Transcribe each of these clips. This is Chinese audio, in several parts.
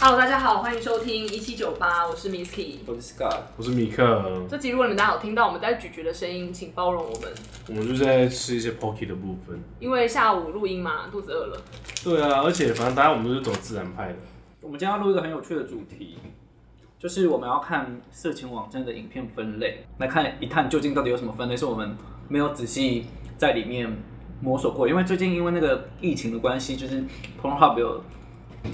Hello，大家好，欢迎收听一七九八，我是 Misky。我是 Scott，我是米克，这集如果你们大家有听到我们在咀嚼的声音，请包容我们，我们就在吃一些 Pocky 的部分。因为下午录音嘛，肚子饿了。对啊，而且反正大家我们都是走自然派的，我们今天要录一个很有趣的主题，就是我们要看色情网站的影片分类，来看一探究竟到底有什么分类是我们没有仔细在里面摸索过。因为最近因为那个疫情的关系，就是 Pornhub 有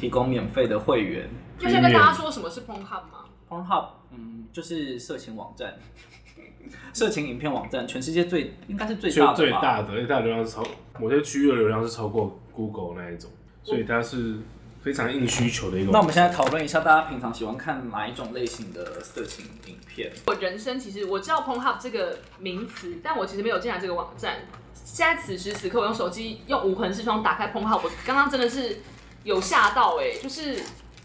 提供免费的会员就先跟大家说什么是 Pornhub 吗？ ，Pornhub 嗯就是色情网 站，色情影片网站，全世界最应该是最大最的最吧大的，因为它的流量是超某些区域的流量是超过 Google 那一种，所以它是非常硬需求的一种。那我们现在讨论一下，大家平常喜欢看哪一种类型的色情影片？我人生其实我知道 Pornhub 这个名词，但我其实没有进来这个网站。现在此时此刻，我用手机用无痕视窗打开 Pornhub，我刚刚真的是有吓到哎、就是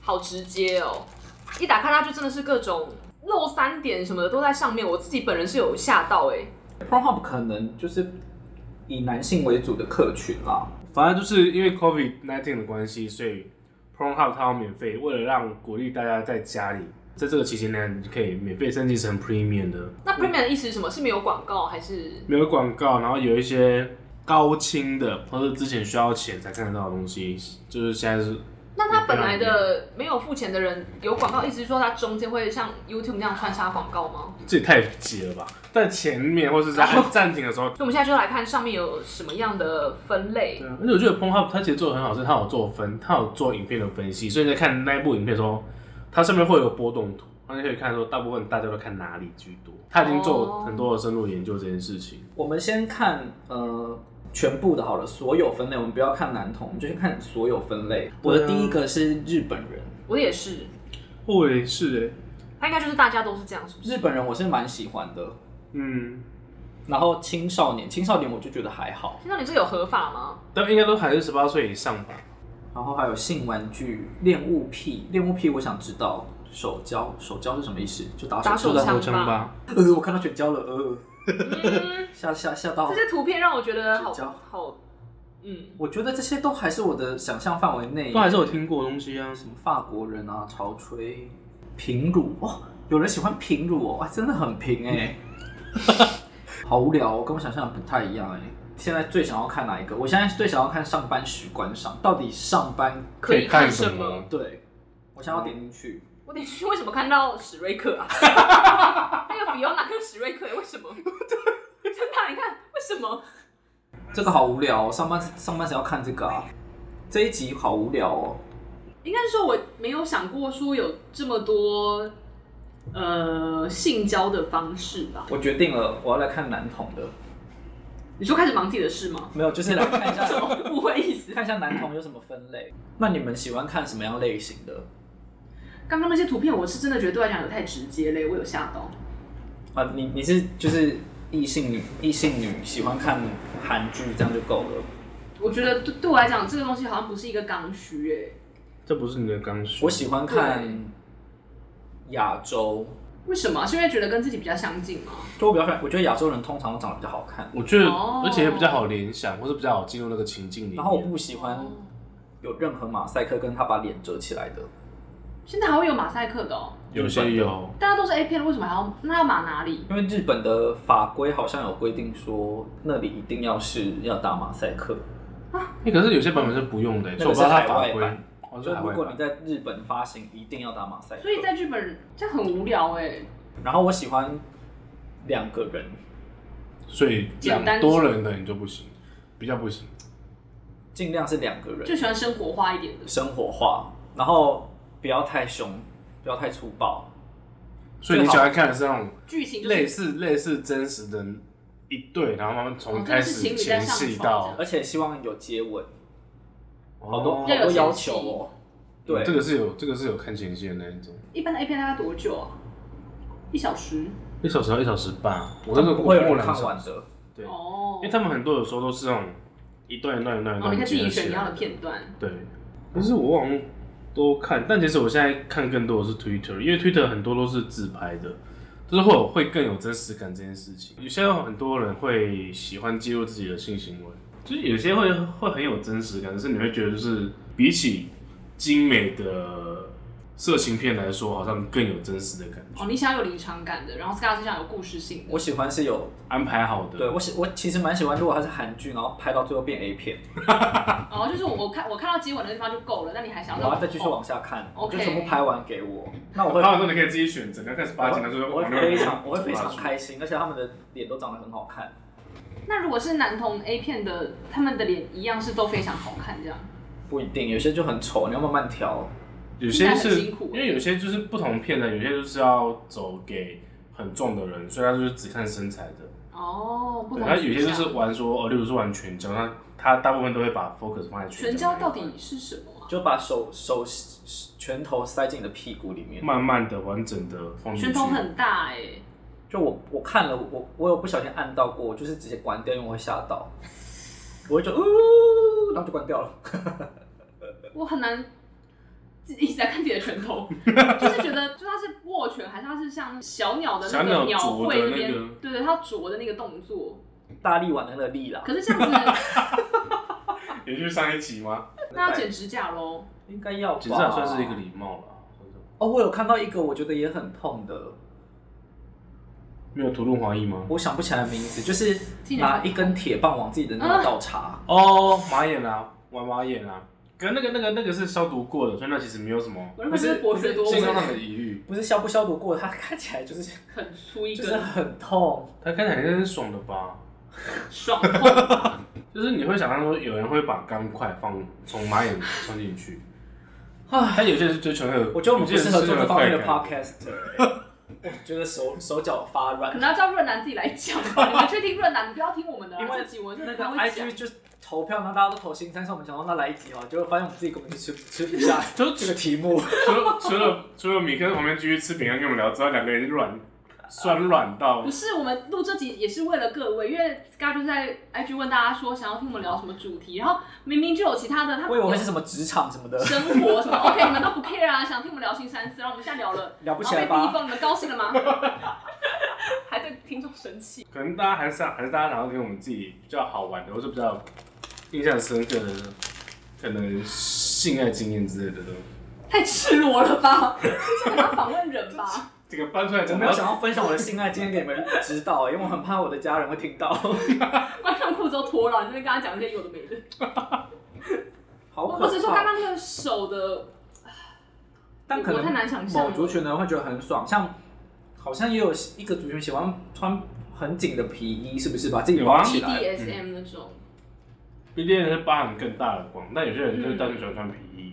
好直接哦、一打开它就真的是各种露三点什么的都在上面，我自己本人是有吓到哎、 Pornhub 可能就是以男性为主的客群啦。反正就是因为 COVID 1 9的关系，所以 Pornhub 它要免费，为了让鼓励大家在家里，在这个期间内，你就可以免费升级成 Premium 的，那 Premium 的意思是什么？是没有广告还是？没有广告，然后有一些高清的，或者之前需要钱才看得到的东西，就是现在是那他本来的没有付钱的人有广告，意思是说他中间会像 YouTube 那样穿插广告吗？这也太急了吧！在前面或是在按暂停的时候，所以我们现在就来看上面有什么样的分类对。啊，而且我觉得 p o n h u b 它其实做的很好，是它有做分，它有做影片的分析，所以你在看那一部影片的时候，它上面会有波动图，然后你可以看说大部分大家都看哪里居多。它已经做很多的深入研究这件事情。我们先看呃全部的好了，所有分类，我们不要看男同，我们就先看所有分类。我的第一个是日本人，我也是，我也是他哎、应该就是大家都是这样，是不是？日本人我是蛮喜欢的。嗯，然后青少年，青少年我就觉得还好。听到你这有合法吗？但应该都还是十八岁以上吧。然后还有性玩具、恋物癖，恋物癖我想知道手交，手交是什么意思？就打手打手就枪枪吧， 呃，我看到全交了，呃，嗯，吓吓吓到这。些图片让我觉得好指甲好，嗯，我觉得这些都还是我的想象范围内。都还是有听过的东西啊。什么法国人啊，潮吹平乳哦，有人喜欢平乳哦，哇，真的很平哎、好无聊、哦，跟我想象的不太一样哎、现在最想要看哪一个？我现在最想要看上班时观赏，到底上班可以以看看什什么么？对我想要点进去，我得去为什么看到史瑞克 啊？那个比欧娜跟史瑞克，为什 么？真的啊，你看为什么？这个好无聊、哦，上班上班时要看这个啊，这一集好无聊哦。应该是说我没有想过说有这么多呃性交的方式吧。我决定了，我要来看男童的，你说开始忙自己的事吗？ 没有，就是来看一下误会意思。看一下男童有什么分类。那你们喜欢看什么样类型的？刚刚那些图片，我是真的觉得对我来讲有太直接嘞，我有吓到。啊，你你是就是异性女，异性女喜欢看韩剧，这样就够了。我觉得对对我来讲，这个东西好像不是一个刚需诶。这不是你的刚需。我喜欢看亚洲，为什么啊？是因为觉得跟自己比较相近吗？就我比较喜欢，我觉得亚洲人通常长得比较好看。我觉得，哦而且也比较好联想，或是比较好进入那个情境里面。然后我不喜欢哦有任何马赛克跟他把脸折起来的，现在还会有马赛克的哦，有些有，大家都是 A 片了，为什么还要那要码哪里？因为日本的法规好像有规定说那里一定要是要打马赛克。哦欸可是有些版本是不用的、欸，那所以个我不知道它是法海外规版。哦，就海如外果你版。在日本发行，一定要打马赛克。所以在日本这样很无聊诶。然后我喜欢两个人，所以简单两多人的你就不行，比较不行。尽量是两个人。就喜欢生活化一点的。生活化，然后不要太凶，不要太粗暴。所以你喜欢看的是那种剧情就是类似类似真实的一对，然后慢慢从开哦就是情始侣在前上戏床这到样而且希望有接吻，好多哦好要有多要前戏求哦。对，这个是有这个是有看前戏的那一种，一般的 A 片大概多久啊？一小时。一小时到一小时半，啊我那时候不会有过人两看小完时，的。对，哦因为他们很多有时候都是那种一段一段一段一哦，你可以段自接己得选起你要来的。片段。对，可是我往都看，但其实我现在看更多的是 Twitter，因为 Twitter 很多都是自拍的，就是会有会更有真实感这件事情。有些很多人会喜欢记录自己的性行为，就是有些会会很有真实感，就是你会觉得就是比起精美的色情片来说，好像更有真实的感觉，哦，你想要有临场感的，然后 Scar 是想有故事性的。我喜欢是有，安排好对的。我喜我其实蛮喜欢，如果它是韩剧，然后拍到最后变 A 片，哦，就是我看我看到接吻的地方就够了，那你还想我要要再继续往下看，哦 OK 就全部拍完给我，那我会拍完之后你可以自己选择，你要看十八禁还是我会往我那会边非常我会非常走下去开心，而且他们的脸都长得很好看。那如果是男同 A 片的，他们的脸一样是都非常好看，这样。不一定，有些就很丑，你要慢慢调。有些那很是辛苦因为有些就是不同片的，有些就是要走给很重的人，所以他就是只看身材的。哦，不对，同他有些取就向是玩说，哦，例如说玩拳交，他他大部分都会把 focus 放在全交交那一到块底是什么啊？就把手手拳头塞进你的屁股里面。慢慢的、完整的放进去。拳头很大哎、就我我看了，我我有不小心按到过，我就是直接关掉，因为我会吓到，我会就呜，然后就关掉了。我很难自己一直在看自己的拳 头，就是觉得，就它是握拳，还是它是像小鸟的那小鸟个鸟啄的喙那边，个对对，它啄的那个动作。大力丸的那个力啦，可是这样子， 也就是上一集吗？那要剪指甲喽。应该要吧其实还算是一个礼貌了，哦，我有看到一个我觉得也很痛的，没有涂润滑液吗？我想不起来名字，就是竟然啊拿一根铁棒往自己的尿道插。哦，马眼啊，玩马眼啊，可是那个那个那个是消毒过的，所以那其实没有什么我认为就是博学多不是健健康上闻，欸的疑虑。不是消不消毒过，它看起来就是很粗一就是根，很痛，他看起来应该是爽的吧？ 爽痛。就是你会想象说，有人会把钢块放从马眼穿 进去。他有些人是追求那个，我觉得我们不适合做这方面有些人是追求那个的啊快感 podcast，我 觉得手手脚发软可。能要叫润南自己来讲 吧。你们确定润南？你不要听我们的啊，因为这集我真那的个不会讲 IG。就是投票，然后大家都投新三，所以我们想说那来一集哦，结果发现我们自己根本就吃吃不 下就这个题目。除了除了除了米克在旁边继续吃饼干跟我们聊之外，两个人软酸软到不是，我们录这集也是为了各位，因为 Scar 就在 IG 问大家说想要听我们聊什么主题，然后明明就有其他的，他我以为会有是什么职场什 么的，生活什么 OK，你们都不 care 啊，想听我们聊新三四，然后我们现在聊了，了然不起后被来逼吧？疯，你们高兴了吗？ 还对听众生气，可能大家还是还是大家想要听我们自己比较好玩的，或者比较印象深刻的，可能性爱经验之类的东西。太赤裸了吧？ 是把他访问人吧？这个搬出来我讲没有想到要分享我的性爱经验给你们知道，欸因为我很怕我的家人会听到， 关上裤子都脱了，你在那边跟他讲一些有的没的。好我可我只是说刚怕。刚那个手的，但可我太能难想象了。某族群的人会觉得很爽，像好像也有一个族群喜欢穿很紧的皮衣，是不是把自己有啊包，E 起来？嗯 BDSM 那种。 BDN 是包含更大的光，但有些人就是单纯喜欢穿皮衣，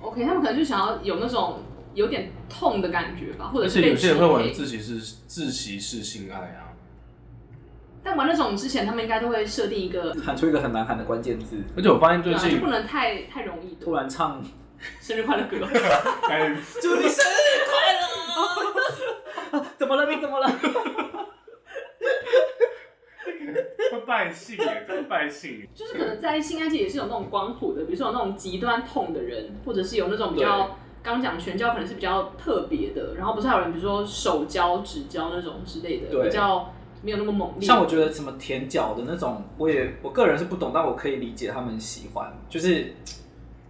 OK，他们可能就想要有那种有点痛的感觉吧，或者而是且被有些人会玩支配自习室自习室性爱啊，但玩那种之前，他们应该都会设定一个，喊出一个很难喊的关键字，而且我发现对最啊，就近不能太太容易的突然唱生日快乐歌。 哎祝你生日快乐！ 怎么了？你怎么了？ 会败兴耶，真的败兴耶。就是可能在性爱界也是有那种光谱的，比如说有那种极端痛的人，或者是有那种比较刚讲拳交可能是比较特别的，然后不是还有人比如说手交、指交那种之类的，对比较没有那么猛烈。像我觉得什么舔脚的那种，我也我个人是不懂，但我可以理解他们喜欢。就是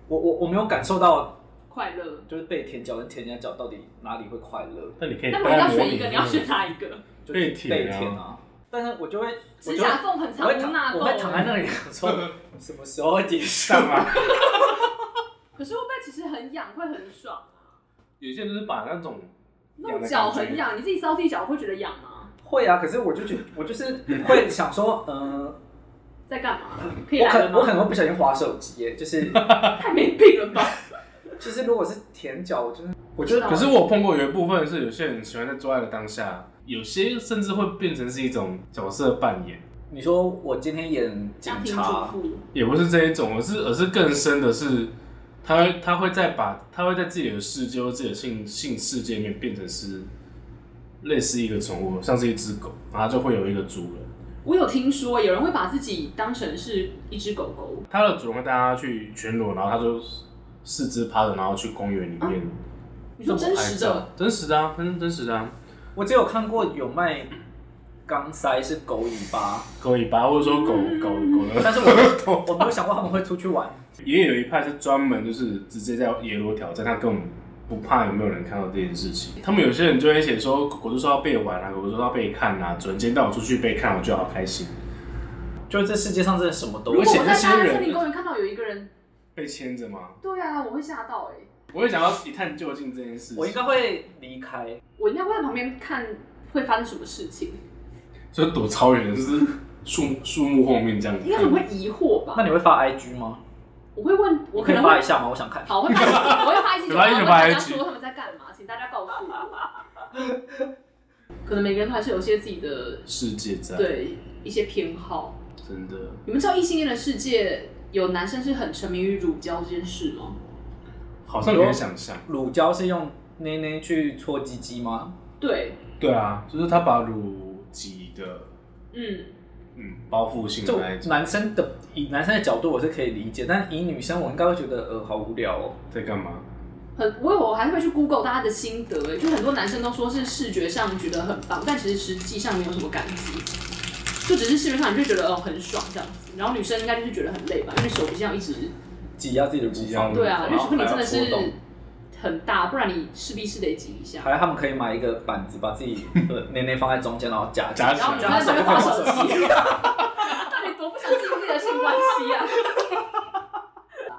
我我我没有感受到，快乐，就是被舔脚跟舔人家脚到底哪里会快乐，那你可以那如当果要然模选一拟个，你要嗯选哪一个？就是被被舔啊舔啊。但是我就会，我指就甲会缝很我长，会无躺纳我会躺在垢。那里想 说什么时候会结 束？干嘛？可是会不会其实很痒，会很爽？ 有些人就是把那种那种脚很痒，你自己搔自己脚会觉得痒吗？会啊，可是我就觉得我就是会想说，嗯、在干嘛？可以我来可了我可吗？能会不小心滑手机耶，就是 太没病了吧！就是如果是舔脚，我就是我知就道可是我碰过有一部分是有些人喜欢在做爱的当下，有些甚至会变成是一种角色扮演，你说我今天演 警家庭主察，妇，也不是这一种，而是而是更深的是，他会他会再把他会在自己的世界或自己的性性世界里面变成是类似一个宠物，像是一只狗，然后它就会有一个主人，我有听说有人会把自己当成是一只狗狗。它的主人会带它去全裸，然后它就四肢趴着，然后去公园里面啊你说真拍实照的，，真实的啊，真真实的啊，我只有看过有卖钢塞是狗尾 巴，狗尾巴或者说狗嗯狗狗的。但是我我没有想过他们会出去玩。也有一派是专门就是直接在野罗挑战，他跟我们不怕有没有人看到这件事情。他们有些人就会写说，狗狗就说要被玩啊，狗狗就说要被看啊，主人今天带我出去被看，我就好开心。就是这世界上真的什么都如有而果且我在那些大安人森林公园看到有一个人，被牵着吗？对啊，我会吓到哎、我会想要一探究竟这件事情。我应该会离开。我应该会在旁边看会发生什么事情，就躲超远，就是树树木后面这样。应该很会疑惑吧那？你会发 IG 吗？我会问，我可你能以发会一下吗？我想看。好，我会发，我会发一起， 有发一起然后跟发大家 IG 说他们在干嘛，请大家告诉我。 可能每个人还是有些自己的世界在，，对一些偏好。真的你们知道异性恋的世界有男生是很沉迷于乳胶这件事吗？好像有点想象。乳胶是用内内去搓鸡鸡吗？对，对啊，就是他把乳挤的，嗯，嗯，包覆性就的那一种，男生的以男生的角度我是可以理解，但以女生我应该会觉得呃好无聊哦。在干嘛？很我有我还会去 Google 大家的心得、欸，就很多男生都说是视觉上觉得很棒，但其实实际上没有什么感觉，就只是视觉上你就觉得哦很爽这样子，然后女生应该就是觉得很累吧，因为手臂这样一直，挤压自己的挤乳压房，对啊，因嗯然为后除非你还要真的搓动是很大，不然你势必是得挤一下，还有他们可以买一个板子，把自己的内内放在中间，然后夹夹然后你起在来。那边划手机， 到底多不想进入自己的性关系啊？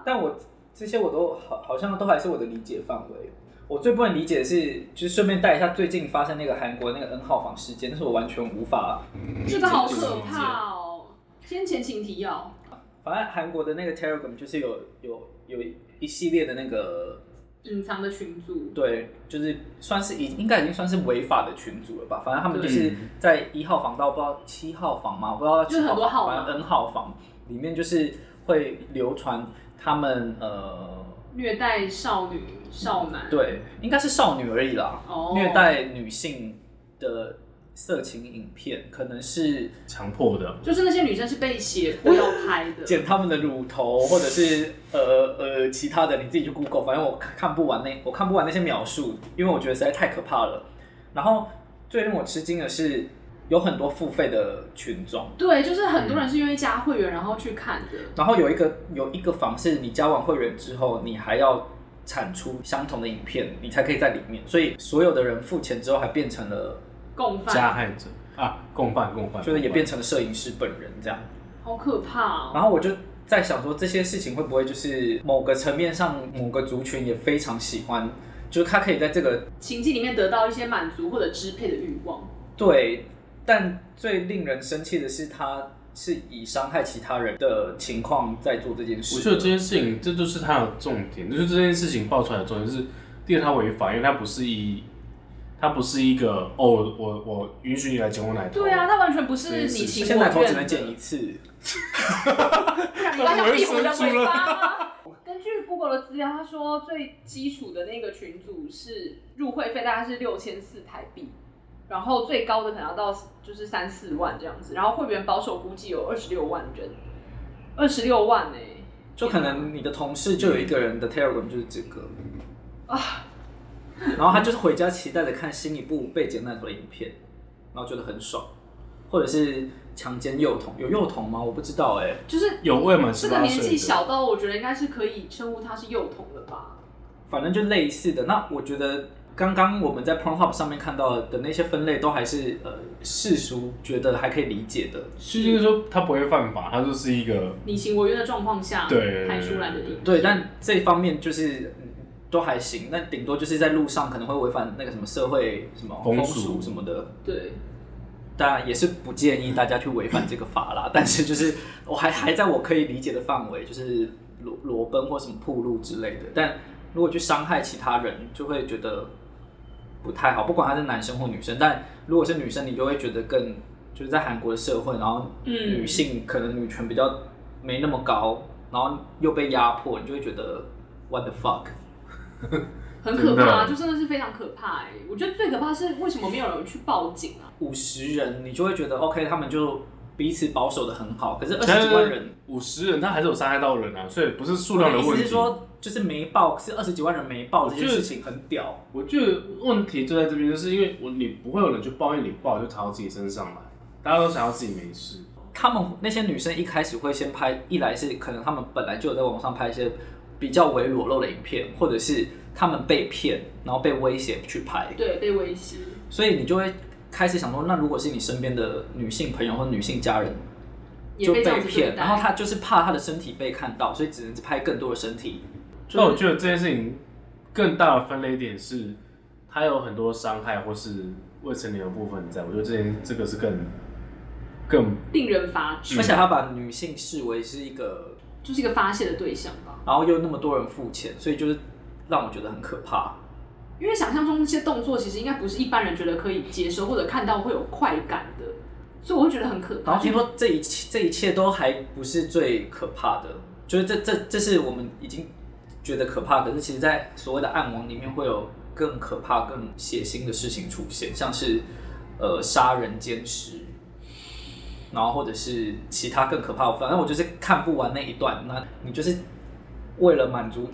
但我这些我都好，好像都还是我的理解范围。我最不能理解的是，就是顺便带一下最近发生那个韩国那个 N 号房事件，但是我完全无法。这个好可怕哦！先前情提要，反正韩国的那个 Telegram 就是有有有一系列的那个隐藏的群组，对，就是算是已应该已经算是违法的群组了吧？反正他们就对是在一号房到不知道七号房嘛，我不知道就七是号很多房，号反码正 N 号房里面就是会流传他们呃，虐待少女、少男，，对，应该是少女而已啦，哦虐待女性的色情影片，可能是强迫的，就是那些女生是被胁迫要拍的，剪他们的乳头，或者是呃呃其他的，你自己去 Google，反正我看看不完那我看不完那些描述，因为我觉得实在太可怕了。然后最令我吃惊的是，有很多付费的群众，对，就是很多人是愿意加会员然后去看的，然后有一个有一个房是你加完会员之后，你还要产出相同的影片，你才可以在里面。所以所有的人付钱之后，还变成了共犯，加害者啊，共犯共犯，就是也变成成了摄影师本人这样。好可怕哦！然后我就在想说，这些事情会不会就是某个层面上某个族群也非常喜欢，就是他可以在这个情境里面得到一些满足或者支配的欲哦望，对，但最令人生气的是，他是以伤害其他人的情况在做这件事。我觉得这件事情，这就是它的重点，就是这件事情爆出来的重点就是，第二它违法，因为它不是一，它不是一个哦，我我我允许你来剪我奶头，对啊，，那完全不是对你是情现我在头愿只能的，剪一次， 你要像壁虎的尾巴吗？ 根据 Google 的资料，他说最基础的那个群组是入会费大概是六千四台币，然后最高的可能要到就是三四万这样子，然后会员保守估计有二十六万人，二十六万哎、就可能你的同事就有一个人的 Telegram 就是这个啊，然后他就是回家期待着看新一部被剪那头的影片，然后觉得很爽，或者是强奸幼童，有幼童吗？我不知道哎、就是有未满这十个八年纪岁的，小到我觉得应该是可以称呼他是幼童了吧？反正就类似的。那我觉得刚刚我们在 Pornhub 上面看到的那些分类，都还是呃世俗觉得还可以理解的。就是说他不会犯法，他就是一个你情我愿的状况下对排出来的影片对，但这方面就是嗯都还行，那顶多就是在路上可能会违反那个什么社会什么风风俗俗什么的。对，当然也是不建议大家去违反这个法啦， 但是就是我还还在我可以理解的范围，就是裸裸奔或什么铺路之类的。但如果去伤害其他人，就会觉得不太好，不管他是男生或女生。但如果是女生，你就会觉得更就是在韩国的社会，然后嗯女性可能女权比较没那么高，然后又被压迫，你就会觉得 what the fuck。很可怕，真的就真的是非常可怕哎、我觉得最可怕是为什么没有人去报警啊？五十人，你就会觉得 OK，他们就彼此保守的很好，可是二但十是几万人。五十人，他还是有伤害到人啊，所以不是数量的我问意题。思是说，就是没报，是二十几万人没报这件事情很屌。我觉得问题就在这边，就是因为我你不会有人去抱怨你不好，就查到自己身上来，大家都想要自己没事。他们那些女生一开始会先拍，一来是可能他们本来就有在网上拍一些比较为裸露的影片，或者是他们被骗，然后被威胁去拍，对，被威胁。所以你就会开始想说，那如果是你身边的女性朋友或女性家人也就被这样子对骗，待然后他就是怕他的身体被看到，所以只能拍更多的身体。那我觉得这件事情更大的分类点是，它有很多伤害或是未成年的部分在。我觉得这件这个是更更令人发嗯指，而且他把女性视为是一个，就是一个发泄的对象吧。然后又那么多人付钱，所以就是让我觉得很可怕。因为想象中那些动作，其实应该不是一般人觉得可以接受或者看到会有快感的，所以我会觉得很可怕。然后听说这一切这一切都还不是最可怕的，就是这这这是我们已经觉得可怕，可是其实，在所谓的暗网里面会有更可怕、更血腥的事情出现，像是呃杀人、奸尸，然后或者是其他更可怕的。反正我就是看不完那一段，那你就是为了满足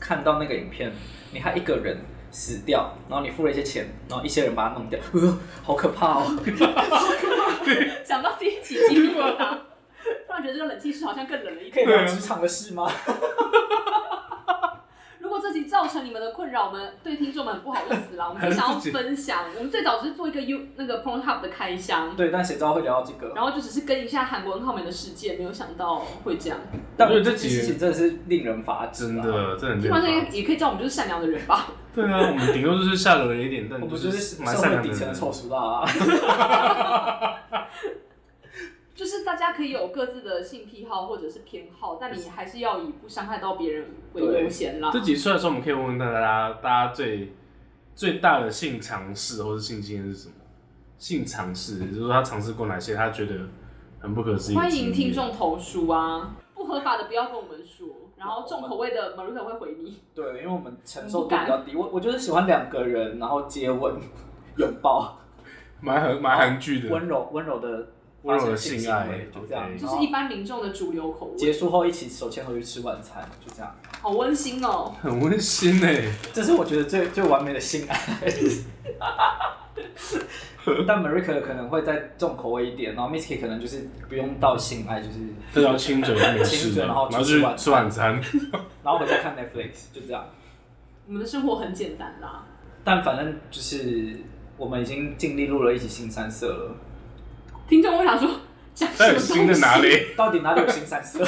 看到那个影片，你还一个人。死掉，然后你付了一些钱，然后一些人把它弄掉，呃，好可怕哦！ 想到自己起鸡皮疙瘩，突然觉得这个冷气室好像更冷了一可以点。聊职场的事吗？如果这集造成你们的困扰，我们对听众们很不好意思啦。我 们只想要分享，我们最早只是做一个 U 那个 Pornhub 的开箱，对，但谁知道会聊到这个？然后就只是跟一下韩国跟浩美的世界，没有想到会这样。但我我觉觉得这得这件集事情真的是令人发指、啊真。的，这很基令本上人应发该指也可以叫我们就是善良的人吧。对啊，我们顶多就是下流了一点，但我们就就是是社蛮善会良底层的人。臭俗辣啊！就是大家可以有各自的性癖好或者是偏好，但你还是要以不伤害到别人为优先啦这。集出来的时候，我们可以问问大家，大家最最大的性尝试或是性经验是什么？性尝试，就是说他尝试过哪些，他觉得很不可思议的欢经迎验。听众投书啊，不合法的不要跟我们说，然后重口味的 Maruka 会回你。 对，因为我们承受度比较低。我我就是喜欢两个人，然后接吻、拥抱，蛮很蛮韩剧的，温柔温柔的温柔的性性爱就这样。 OK 就是一般民众的主流口味，结束后一起手牵手去吃晚餐，就这样。好温馨哦。很温馨哎、这是我觉得最最完美的性爱。 但 Marika 可能会再重口味一点，然后 Misky 可能就是不用到性爱，就是这叫亲嘴没亲事嘴然的，然后后去就吃去晚吃 晚餐。然后回家看 Netflix，就这样。我们的生活很简单啦，但反正就是我们已经尽力录了一集新三色了，听众我想说讲什到么底东西？新在哪？里？到底哪里有新三 色？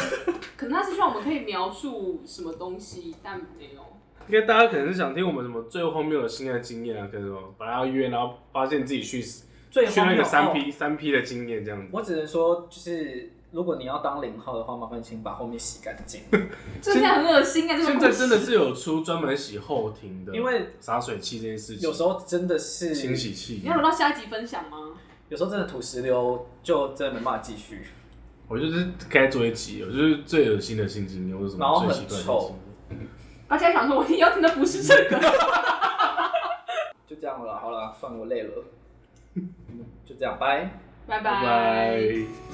可能他是希望我们可以描述什么东西，但没有。应该大家可能是想听我们什么最荒谬的性爱经验啊，可能什么本来要约，然后发现自己去去最荒那谬个三哦 P 三 P 的经验这样子。我只能说，就是如果你要当零号的话，麻烦请把后面洗干净，这现在很恶心啊！这个现故在事真的是有出专门洗后庭的，因为洒水器这件事情，有时候真的清是，洗器你，要留到下一集分享吗？有时候真的土石流就真的没办法继续。我就是该做一集，我就是最恶心的性经验，或者什然后么最奇怪的很经臭验。大家想说，我要听的不是这 个。就这样了，好了，算我累了，嗯就这样，拜。拜拜拜。